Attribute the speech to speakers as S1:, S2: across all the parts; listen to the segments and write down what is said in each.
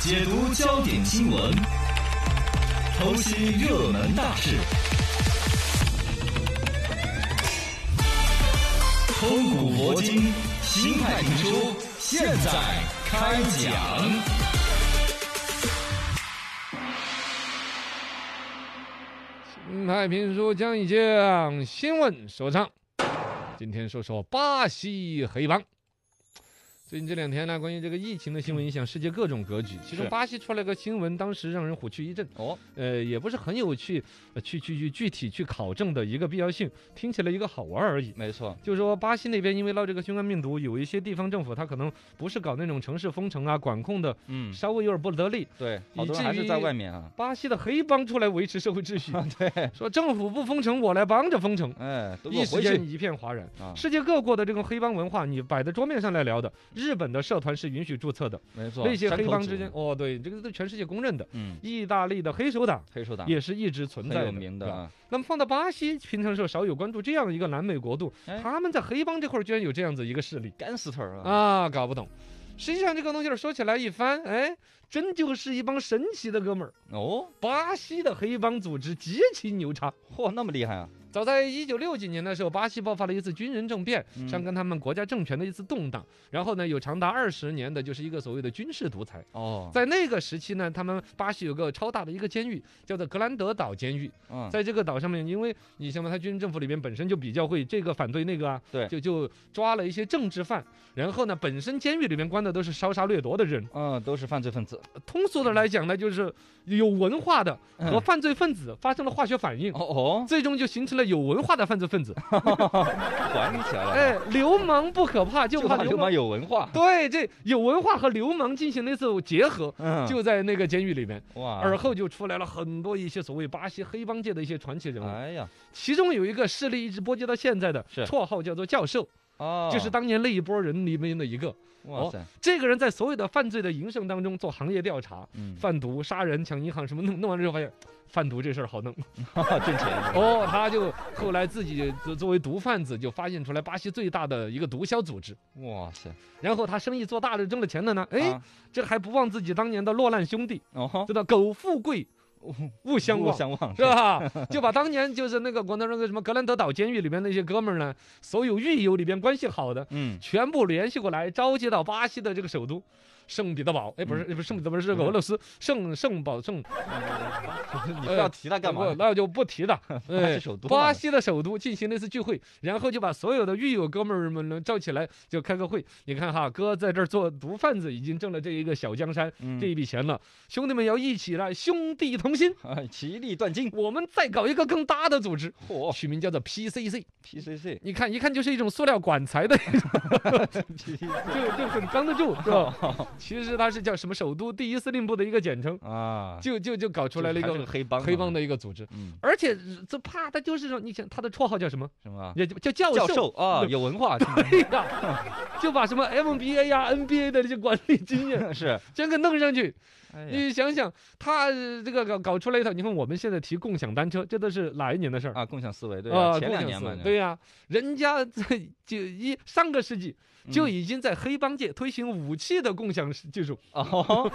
S1: 解读焦点新闻，剖析热门大事，通古博今，新派评书，现在开讲。
S2: 新派评书讲一讲新闻说唱。今天说说巴西黑帮。最近这两天呢，关于这个疫情的新闻影响世界各种格局，其中
S1: 是
S2: 巴西出来个新闻，当时让人虎躯一震。
S1: 哦，
S2: 呃，也不是很有去呃去去去具体去考证的一个必要性，听起来一个好玩儿而已。
S1: 没错，
S2: 就是说，巴西那边因为闹这个新冠病毒，有一些地方政府他可能不是搞那种城市封城啊，管控的
S1: 嗯，
S2: 稍微有点不得力，
S1: 对，好
S2: 以
S1: 多人
S2: 至
S1: 还是在
S2: 于
S1: 外面啊。
S2: 巴西的黑帮出来维持社会秩序，对，说政府不封城，我来帮着封城，
S1: 哎，都给
S2: 一
S1: 我
S2: 时
S1: 回
S2: 间
S1: 去
S2: 一片哗然。
S1: 啊！
S2: 世界各国的这种黑帮文化，你摆在桌面上来聊的，日本的社团是允许注册的，
S1: 没错，
S2: 那些
S1: 山
S2: 黑
S1: 口
S2: 帮
S1: 组
S2: 之间，，哦，对，这个是全世界公认的。
S1: 嗯，
S2: 意大利的黑手党
S1: 黑手党
S2: 也是一直存
S1: 很
S2: 在
S1: 有
S2: 的
S1: 名
S2: 对
S1: 的
S2: 吧
S1: 啊，
S2: 那么放到巴西，平常时候少有关注这样一个南美国度，
S1: 哎
S2: 他们在黑帮这块儿居然有这样子一个势力
S1: 干死头儿啊！
S2: 啊，搞不懂。实际上这个东西儿说起来一翻，哎，真就是一帮神奇的哥们儿。
S1: 哦，
S2: 巴西的黑帮组织极其牛叉。
S1: 嚯，那么厉害啊！
S2: 早在一九六几年的时候，巴西爆发了一次军人政变
S1: 嗯，
S2: 上跟他们国家政权的一次动荡。然后呢，有长达二十年的就是一个所谓的军事独裁。
S1: 哦，
S2: 在那个时期呢，他们巴西有个超大的一个监狱，叫做格兰德岛监狱。
S1: 嗯，
S2: 在这个岛上面，因为你想嘛，他军人政府里边本身就比较会这个反对那个啊，
S1: 对
S2: 就就抓了一些政治犯，然后呢，本身监狱里面关的都是烧杀掠夺的人，
S1: 嗯，都是犯罪分子。
S2: 通俗的来讲呢，就是有文化的
S1: 嗯
S2: 和犯罪分子发生了化学反应。
S1: 哦哦，
S2: 最终就形成了有文化的犯罪分子。
S1: 管起来了。
S2: 哎，流氓不可怕，就
S1: 就
S2: 怕
S1: 怕流氓。有文化。
S2: 对，这有文化和流氓进行了一次结合，
S1: 嗯啊
S2: 就在那个监狱里面。
S1: 哇，
S2: 而后就出来了很多一些所谓巴西黑帮界的一些传奇人物，
S1: 哎呀，
S2: 其中有一个势力一直波及到现在的，
S1: 是
S2: 绰号叫做教授，
S1: 哦，
S2: 就是当哦年那一波人里面的一个。
S1: 哇塞，
S2: 这个人在所有的犯罪的营生当中做行业调查，
S1: 嗯，
S2: 贩毒、杀人、抢银行什么弄，弄完之后发现。贩毒这事儿好弄
S1: 挣钱
S2: 哦，他就后来自己作作为毒贩子就发现出来巴西最大的一个毒枭组织，
S1: 哇塞，
S2: 然后他生意做大了，挣了钱了呢，哎，
S1: 啊，
S2: 这还不忘自己当年的落难兄弟，
S1: 哦，
S2: 知道狗富贵勿相
S1: 物
S2: 忘。
S1: 相忘
S2: 是吧？就把当年就是那个广东那个什么格兰德岛监狱里面那些哥们儿呢，所有狱友里边关系好的，
S1: 嗯，
S2: 全部联系过来，召集到巴西的这个首都圣彼得堡。哎，不是，不是圣彼得堡，是
S1: 不是
S2: 俄罗斯圣圣保圣，
S1: 你哎不要提他干嘛？
S2: 呃不那就不提了。
S1: 巴
S2: 哎
S1: 西，首都嘛
S2: 巴西的首都进行了一次聚会，然后就把所有的狱友哥们儿们呢召起来，就开个会。你看哈，哥在这儿做毒贩子，已经挣了这一个小江山，
S1: 嗯
S2: 这一笔钱了。兄弟们要一起来，兄弟同心，
S1: 哎，其利断金，
S2: 我们再搞一个更大的组织，
S1: 嚯
S2: 取名叫做 PCC。
S1: ，PCC，
S2: 你看，一看就是一种塑料管材的， 就就很刚得住，是
S1: 哦
S2: 吧？其实它是叫什么首都第一司令部的一个简称，
S1: 啊，
S2: 就就就搞出来了一
S1: 就是还是
S2: 个
S1: 黑帮，
S2: 黑帮，的一个组织。
S1: 嗯，
S2: 而且这怕他就是说，你想他的绰号叫什么？
S1: 什么
S2: 也就叫
S1: 教
S2: 教授。
S1: 授 啊，有文化，
S2: 对呀，就把什么 MBA 呀、NBA 的这些管理 经验
S1: 是，
S2: 全给弄上去。
S1: 哎呀，
S2: 你想想，他呃这个搞搞出来一套，你看我们现在提共享单车，这都是哪一年的事 儿？
S1: 啊，共享思维，对吧，
S2: 啊，
S1: 前
S2: 共
S1: 两
S2: 享
S1: 年嘛
S2: 思，维对呀、人家在就一上个世纪
S1: 嗯
S2: 就已经在黑帮界推行武器的共享技术，
S1: 哦，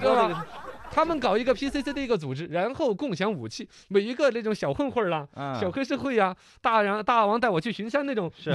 S2: 知道吧？他们搞一个 PCC 的一个组织，然后共享武器，每一个那种小混混儿啦、
S1: 啊，
S2: 小黑社会呀、大然大王带我去巡山那种，
S1: 是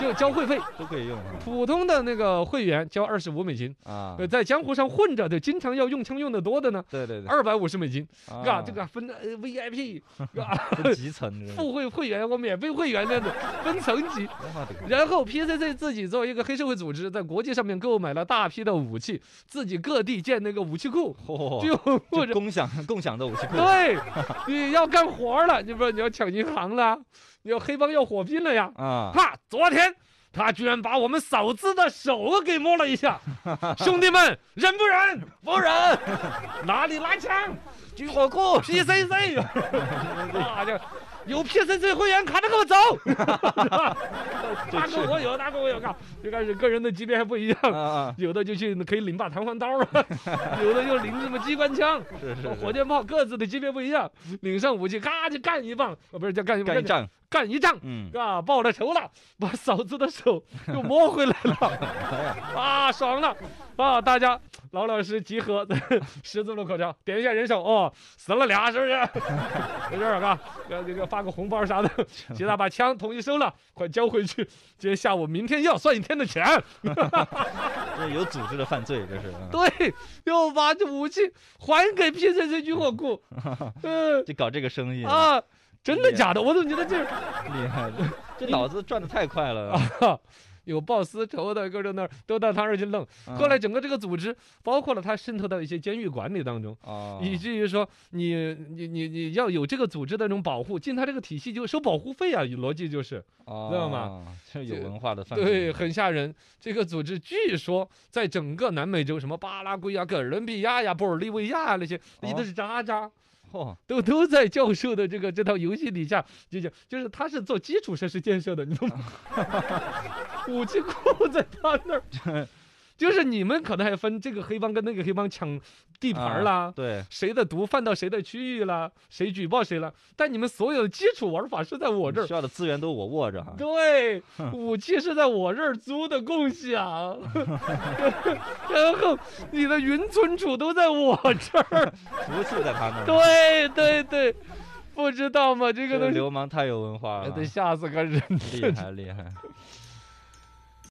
S2: 就交会费，
S1: 都可以用啊
S2: 普通的那个会员交二十五美金，
S1: 啊
S2: 呃，，在江湖上混着的，经常要用枪用的多的呢，
S1: 对 对对，
S2: 二百五十美金，啊，这
S1: 个。
S2: 个分呃 VIP，啊，
S1: 分级层， 这个
S2: 付费会员，我免费会员那种 分层级，
S1: 我的个
S2: 然后 PCC 自己作为一个黑社会组织，在国际上面购买了大批的武器，自己各地建那个武器库，
S1: 嚯，
S2: 就或
S1: 就
S2: 者
S1: 共享共享的武器库，
S2: 对，你要干活儿了，你不是你要抢银行了，你要黑帮要火拼了呀，
S1: 啊，
S2: 哈，昨天他居然把我们嫂子的手给摸了一下，兄弟们忍不忍？不忍， 哪里拿枪？
S1: 军火库
S2: PCC，啊，就有 PCC 会员卡的给我走， 拿给我有，拿给我有，靠，就开始个人的级别还不一
S1: 啊
S2: 样。
S1: 啊，
S2: 有的就去可以领把弹簧刀啊，有的就领什么机关枪、
S1: 是是
S2: 火
S1: 是，
S2: 箭炮，各自的级别不一样，领上武器，咔就干一棒，啊，不是叫干一棒
S1: 干一，仗
S2: 干一仗。
S3: 嗯，
S2: 啊，报了仇了，把嫂子的手又摸回来了，啊，爽了，啊，大家老老实集合， 十字路口上点一下人手，哦，死了俩，是不是？没事儿啊，呃，这个发个红包啥的，其他把枪统一收了，快交回去，今天下午明天要算一天的钱。
S3: 这有组织的犯罪，这是。嗯
S2: 对，又把这武器还给 PCC 军火库， 嗯、
S3: 就搞这个生意，
S2: 啊，真的假的？我怎么觉得这是？
S3: 厉害！这脑子转的太快了。
S2: 哈，有报私仇的，各种那儿都到他那儿去弄。
S3: 嗯
S2: 后来整个这个组织，包括了他渗透到一些监狱管理当中，
S1: 啊
S3: 哦，
S2: 以至于说你你你你要有这个组织的那种保护，进他这个体系就收保护费啊，逻辑就是
S3: 知
S2: 知道
S3: 吗？哦这有
S2: 这
S3: 文化的犯罪。
S2: 对，很吓人。这个组织据说在整个南美洲，什么巴拉圭啊、哥伦比亚呀、玻尔利维亚啊那些，那些都是渣渣。
S3: 嚯，
S2: 都都在教授的这个这套游戏底下，就就就是他是做基础设施建设的，你懂吗？武器库在他那 儿，就是你们可能还分这个黑帮跟那个黑帮抢地盘儿啦。
S3: 啊对，
S2: 谁的毒贩到谁的区域啦？谁举报谁了？但你们所有的基础玩法是在我这儿
S3: 需，要的资源都我握着哈。
S2: 对，武器是在我这儿租的共享， 然后你的云存储都在我这儿，
S3: 服务器在他那儿。
S2: 对对对，不知道吗？这
S3: 这
S2: 个
S3: 个
S2: 东西
S3: 流氓太有文化
S2: 哎
S3: 了，
S2: 得吓死个人！
S3: 厉害厉害。